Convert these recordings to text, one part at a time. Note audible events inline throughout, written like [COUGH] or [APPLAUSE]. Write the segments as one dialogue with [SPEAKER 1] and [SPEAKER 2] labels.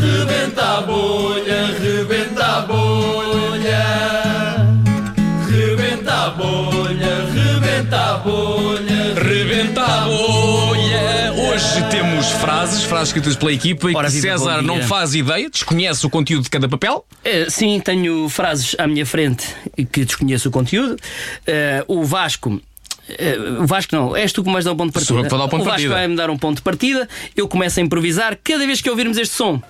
[SPEAKER 1] rebenta a bolha, rebenta a bolha. Rebenta a bolha, rebenta a bolha,
[SPEAKER 2] rebenta a bolha. Hoje temos frases, frases escritas pela equipa e
[SPEAKER 3] Ora,
[SPEAKER 2] que
[SPEAKER 3] viva,
[SPEAKER 2] César
[SPEAKER 3] bom
[SPEAKER 2] não
[SPEAKER 3] dia.
[SPEAKER 2] faz ideia, desconhece o conteúdo de cada papel.
[SPEAKER 3] Eh, sim, tenho frases à minha frente que desconheço o conteúdo. Eh, o Vasco. eh, o Vasco não, és tu que mais dá um ponto de partida.
[SPEAKER 2] Sou eu que vou dar um ponto de
[SPEAKER 3] o Vasco
[SPEAKER 2] partida.
[SPEAKER 3] vai-me dar um ponto de partida, eu começo a improvisar cada vez que ouvirmos este som.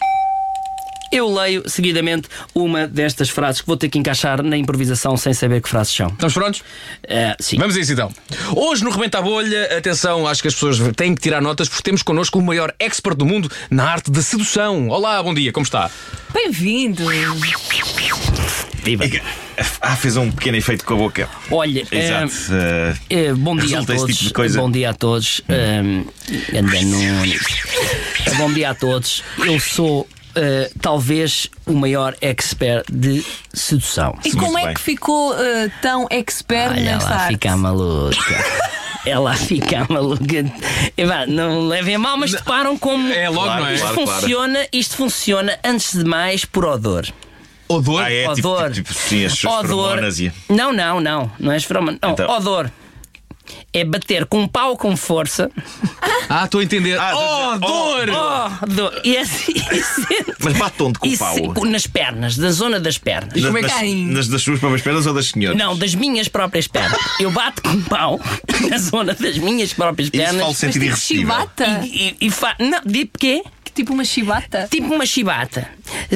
[SPEAKER 3] Eu leio seguidamente uma destas frases que vou ter que encaixar na improvisação sem saber que frases são.
[SPEAKER 2] Estamos prontos?
[SPEAKER 3] Eh, sim.
[SPEAKER 2] Vamos a isso então. Hoje no Rebenta a Bolha, atenção, acho que as pessoas têm que tirar notas porque temos connosco o maior expert do mundo na arte da sedução. Olá, bom dia, como está?
[SPEAKER 4] Bem-vindo!
[SPEAKER 5] Ah, fez um pequeno efeito com a boca.
[SPEAKER 3] Olha, eh,
[SPEAKER 5] Exato. Eh,
[SPEAKER 3] eh, bom dia
[SPEAKER 5] Resulta
[SPEAKER 3] a
[SPEAKER 5] esse
[SPEAKER 3] todos.
[SPEAKER 5] tipo de coisa.
[SPEAKER 3] Bom dia a todos. Ehm, André Nunes. bom dia a todos. Eu sou eh, talvez o maior expert de sedução.
[SPEAKER 4] E como é
[SPEAKER 5] bem.
[SPEAKER 4] que ficou eh, tão expert
[SPEAKER 3] Olha
[SPEAKER 4] nesta
[SPEAKER 3] lá,
[SPEAKER 4] arte?
[SPEAKER 3] fica maluca. Ela fica maluca. E vá, não levem a mal, mas deparam como
[SPEAKER 2] É logo,
[SPEAKER 5] Claro,
[SPEAKER 2] não é?
[SPEAKER 5] claro.
[SPEAKER 3] funciona. Isto funciona antes de mais por odor.
[SPEAKER 2] Odor.
[SPEAKER 5] ah, é tipo-
[SPEAKER 3] odor.
[SPEAKER 5] Tipo, tipo, sim, as suas
[SPEAKER 3] Odor.
[SPEAKER 5] hormonas e.
[SPEAKER 3] Não, não, não. Não é feromona. Não,
[SPEAKER 5] Então.
[SPEAKER 3] odor. É bater com um pau com força.
[SPEAKER 2] Ah, estou a entender.
[SPEAKER 5] Ah,
[SPEAKER 2] odor!
[SPEAKER 3] Oh, dor. E, assim, [LAUGHS] e sente-
[SPEAKER 5] Mas bate onde com
[SPEAKER 3] e
[SPEAKER 5] o pau?
[SPEAKER 3] se- com- nas pernas, da zona das pernas.
[SPEAKER 5] Na-
[SPEAKER 4] como é que-
[SPEAKER 5] das,
[SPEAKER 4] Ai.
[SPEAKER 5] nas- das suas próprias pernas ou das senhoras?
[SPEAKER 3] Não, das minhas próprias pernas. Eu bato com um pau [LAUGHS] na zona das minhas próprias
[SPEAKER 5] Isso fala o
[SPEAKER 3] pernas.
[SPEAKER 5] sentido
[SPEAKER 4] tipo
[SPEAKER 5] irrepetível.
[SPEAKER 4] chibata?
[SPEAKER 3] E, e, e fa... Não, tipo quê?
[SPEAKER 4] Tipo uma chibata?
[SPEAKER 3] Tipo uma chibata.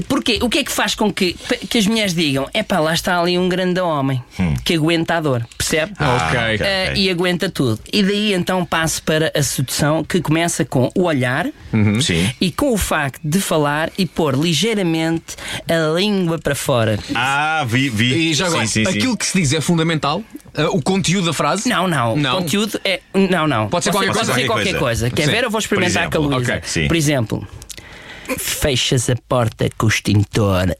[SPEAKER 3] Porquê? O que é que faz com que, que as mulheres digam: é pá, lá está ali um grande homem que aguenta a dor, percebe?
[SPEAKER 2] Ah, ok.
[SPEAKER 5] Hum. Ah, ok.
[SPEAKER 3] Eh, e aguenta tudo. E daí então passo para a sedução que começa com o olhar
[SPEAKER 5] Hum, Sim.
[SPEAKER 3] e com o facto de falar e pôr ligeiramente a língua para fora.
[SPEAKER 5] Ah, vi, vi.
[SPEAKER 2] E já agora,
[SPEAKER 5] sim, sim, sim.
[SPEAKER 2] aquilo que se diz é fundamental? Ah, o conteúdo da frase?
[SPEAKER 3] Não, não.
[SPEAKER 2] Não.
[SPEAKER 3] O conteúdo é. Não, não.
[SPEAKER 2] Pode ser qualquer
[SPEAKER 3] pode
[SPEAKER 2] coisa.
[SPEAKER 3] Ser qualquer coisa. Quer
[SPEAKER 2] Sim.
[SPEAKER 3] ver? Eu vou experimentar com a
[SPEAKER 5] exemplo,
[SPEAKER 3] Luísa.
[SPEAKER 2] ok,
[SPEAKER 5] sim.
[SPEAKER 3] Por exemplo, fechas a porta com o extintor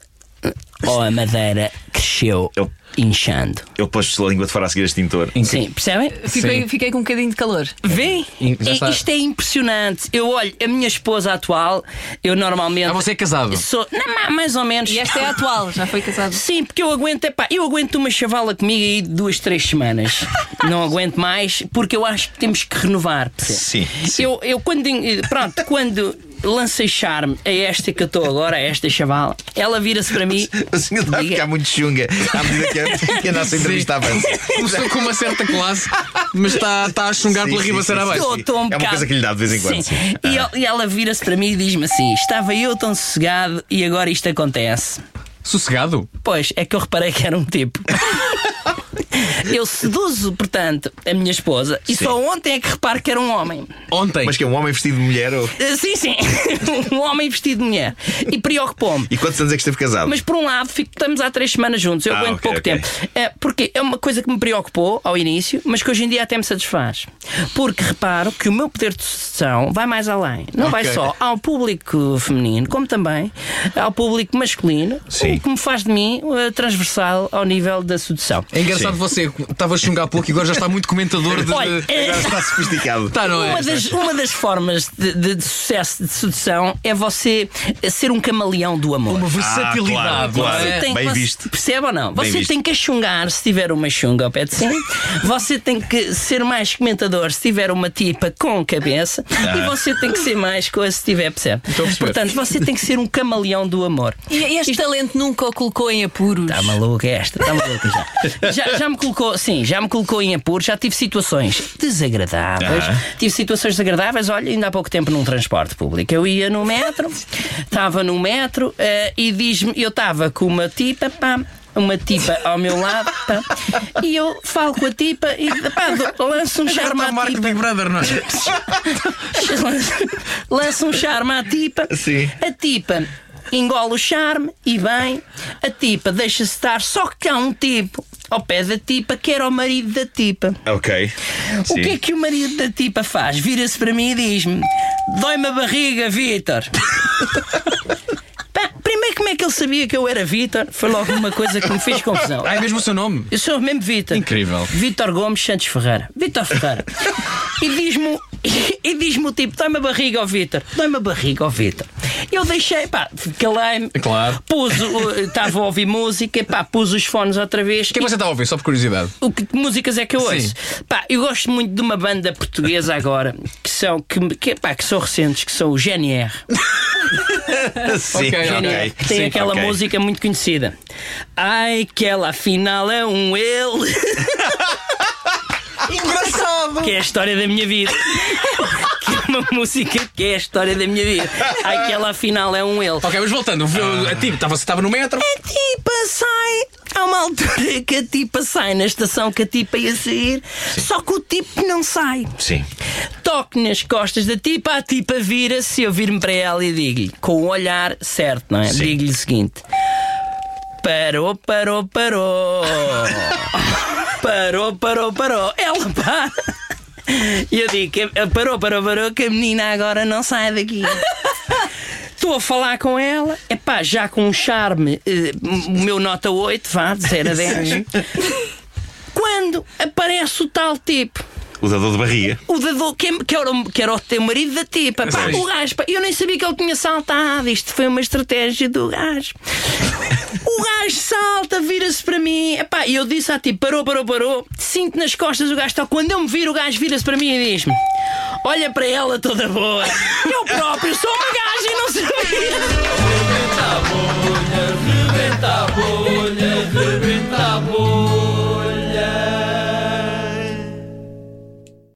[SPEAKER 3] ou a madeira cresceu
[SPEAKER 5] Eu-
[SPEAKER 3] inchando.
[SPEAKER 5] Ele pôs a língua de fora a seguir este tintor.
[SPEAKER 3] Sim, percebem?
[SPEAKER 4] Fiquei, fiquei com um bocadinho de calor.
[SPEAKER 3] Vê?
[SPEAKER 2] In- já
[SPEAKER 3] É-
[SPEAKER 2] está.
[SPEAKER 3] Isto é impressionante. Eu olho, a minha esposa atual, eu normalmente.
[SPEAKER 2] Ah, você é casado?
[SPEAKER 3] Sou, não, ma- mais ou menos.
[SPEAKER 4] E esta é a atual, já foi casado.
[SPEAKER 3] Sim, porque eu aguento, epá, eu aguento uma chavala comigo aí de duas, três semanas. não aguento mais, porque eu acho que temos que renovar. percebe?
[SPEAKER 5] Sim, sim.
[SPEAKER 3] Eu, eu quando. eh, Pronto, quando lancei charme a esta que eu estou agora, a esta chavala, ela vira-se para mim.
[SPEAKER 5] [LAUGHS] O senhor está a
[SPEAKER 3] Diga.
[SPEAKER 5] ficar muito chunga à medida que
[SPEAKER 3] [LAUGHS]
[SPEAKER 5] a, que a nossa entrevista avança.
[SPEAKER 2] Começou com uma certa classe, mas está, está a chungar
[SPEAKER 5] Sim,
[SPEAKER 2] pela
[SPEAKER 5] sim,
[SPEAKER 2] ribaceira
[SPEAKER 5] sim,
[SPEAKER 2] abaixo.
[SPEAKER 3] Tô-
[SPEAKER 5] sim.
[SPEAKER 3] tô um
[SPEAKER 5] É uma
[SPEAKER 3] bocado-
[SPEAKER 5] coisa que lhe dá de vez em quando,
[SPEAKER 3] Sim.
[SPEAKER 5] sim. Ah.
[SPEAKER 3] E, el- e ela vira-se para mim e diz-me assim: Estava eu tão sossegado e agora isto acontece.
[SPEAKER 2] Sossegado?
[SPEAKER 3] Pois, é que eu reparei que era um tipo. eu seduzo, portanto, a minha esposa e
[SPEAKER 5] Sim.
[SPEAKER 3] só ontem é que reparo que era um homem.
[SPEAKER 2] Ontem.
[SPEAKER 5] Mas que é um homem vestido de mulher ou.
[SPEAKER 3] Eh, Sim, sim, [LAUGHS] um homem vestido de mulher. E preocupou-me.
[SPEAKER 5] E quantos anos é que esteve casado?
[SPEAKER 3] Mas por um lado, fico- estamos há três semanas juntos, eu
[SPEAKER 5] Ah,
[SPEAKER 3] aguento
[SPEAKER 5] ok,
[SPEAKER 3] pouco
[SPEAKER 5] ok.
[SPEAKER 3] tempo. É, porque é uma coisa que me preocupou ao início, mas que hoje em dia até me satisfaz. Porque reparo que o meu poder de sedução vai mais além. Não vai
[SPEAKER 2] Ok.
[SPEAKER 3] só ao público feminino, como também ao público masculino,
[SPEAKER 5] Sim.
[SPEAKER 3] o que me faz de mim eh, transversal ao nível da sedução.
[SPEAKER 2] É engraçado você, estava a chungar pouco e agora já está muito comentador de.
[SPEAKER 3] Olha,
[SPEAKER 2] de-
[SPEAKER 3] eh,
[SPEAKER 5] Agora está sofisticado.
[SPEAKER 3] Tá.
[SPEAKER 2] Está, não é?
[SPEAKER 3] Uma das, uma das formas de, de- de sucesso de sedução é você ser um camaleão do amor.
[SPEAKER 2] Uma
[SPEAKER 5] Ah,
[SPEAKER 2] versatilidade.
[SPEAKER 5] claro,
[SPEAKER 2] não
[SPEAKER 5] claro.
[SPEAKER 2] é?
[SPEAKER 3] Tem-
[SPEAKER 5] Bem
[SPEAKER 3] você-
[SPEAKER 5] visto.
[SPEAKER 3] Percebe ou não? Você
[SPEAKER 5] visto.
[SPEAKER 3] tem que achungar se tiver uma chunga ao pé de si. você tem que ser mais comentador se tiver uma tipa com cabeça. E
[SPEAKER 5] Ah.
[SPEAKER 3] você tem que ser mais coisa se tiver, percebe?
[SPEAKER 2] a perceber.
[SPEAKER 3] Portanto, você tem que ser um camaleão do amor.
[SPEAKER 4] E este talento nunca o colocou em apuros.
[SPEAKER 3] Está maluca esta, está maluca já. já. já me colocou, sim, já me colocou em apuros, já tive situações desagradáveis. Tive situações desagradáveis, olha, ainda há pouco tempo num transporte público. Eu ia no metro, estava no metro eh, e diz-me, eu estava com uma tipa, pá. Uma tipa ao meu lado, pá, e eu falo com a tipa e pá, dou- lanço um charme à
[SPEAKER 2] Marco
[SPEAKER 3] tipa.
[SPEAKER 2] Big Brother, não é?
[SPEAKER 3] [LAUGHS] Lança um charme à tipa.
[SPEAKER 5] Sim.
[SPEAKER 3] A tipa engole o charme e bem. A tipa deixa-se estar. Só que há um tipo ao pé da tipa, quer ao marido da tipa.
[SPEAKER 5] Ok.
[SPEAKER 3] O que é que o marido da tipa faz? Vira-se para mim e diz-me: Dói-me a barriga, Vítor. Pá, Primeiro, como é que ele sabia que eu era Vítor? Foi logo uma coisa que me fez confusão.
[SPEAKER 2] Ah, é mesmo o seu nome?
[SPEAKER 3] Eu sou mesmo Vítor.
[SPEAKER 2] Incrível.
[SPEAKER 3] Vítor Gomes Santos Ferreira. Vítor
[SPEAKER 2] [LAUGHS]
[SPEAKER 3] Ferreira. e diz-me o- e diz-me o tipo: dói-me a barriga ao Vítor. Dói-me a barriga ao Vítor. Eu deixei, pá, calei-me.
[SPEAKER 2] Claro.
[SPEAKER 3] Pus, o- estava a ouvir música, pá, pus os fones outra vez.
[SPEAKER 2] Quem
[SPEAKER 3] e
[SPEAKER 2] você está a ouvir, só por curiosidade?
[SPEAKER 3] o que que músicas é que eu ouço?
[SPEAKER 2] é Sim.
[SPEAKER 3] Pá, eu gosto muito de uma banda portuguesa agora que são, que, que, pá, que são recentes, que são o GNR.
[SPEAKER 2] Ok,
[SPEAKER 5] Sim, ok.
[SPEAKER 3] GNR, que tem
[SPEAKER 5] Sim,
[SPEAKER 3] aquela
[SPEAKER 5] ok.
[SPEAKER 3] música muito conhecida. Ai, que ela afinal é um ele. Engraçado! Que é a história da minha vida. [LAUGHS] Que é uma música que é a história da minha vida. Ai, que ela afinal é um ele.
[SPEAKER 2] Ok, mas voltando, eu- a ti, tá- você estava no metro.
[SPEAKER 3] A tipa sai. Há uma altura que a tipa sai na estação que a tipa ia sair, só que o tipo não sai.
[SPEAKER 5] Sim.
[SPEAKER 3] Toco nas costas da tipa, a tipa vira-se, eu viro-me para ela e digo-lhe, com o olhar certo, não é?
[SPEAKER 5] Sim.
[SPEAKER 3] Digo-lhe o seguinte: parou, parou, parou. parou, parou, parou. Ela para. E eu digo: que- parou, parou, parou, que a menina agora não sai daqui. Estou a falar com ela, epá, já com um charme, eh, o meu nota 8, vá, de 0 a 10. Quando aparece o tal tipo,
[SPEAKER 5] O dador de barriga.
[SPEAKER 3] o dador, que, é- que, era, o- que era o teu marido da tipa, pá,
[SPEAKER 2] Sim.
[SPEAKER 3] o gajo, pá, eu nem sabia que ele tinha saltado, isto foi uma estratégia do gajo. O gajo salta, vira-se para mim, epá, e eu disse à tipa, parou, parou, parou, sinto nas costas o gajo tal, quando eu me viro o gajo vira-se para mim e diz-me, olha para ela toda boa, eu próprio sou uma gaja um e não sabia.
[SPEAKER 1] Rebenta a bolha,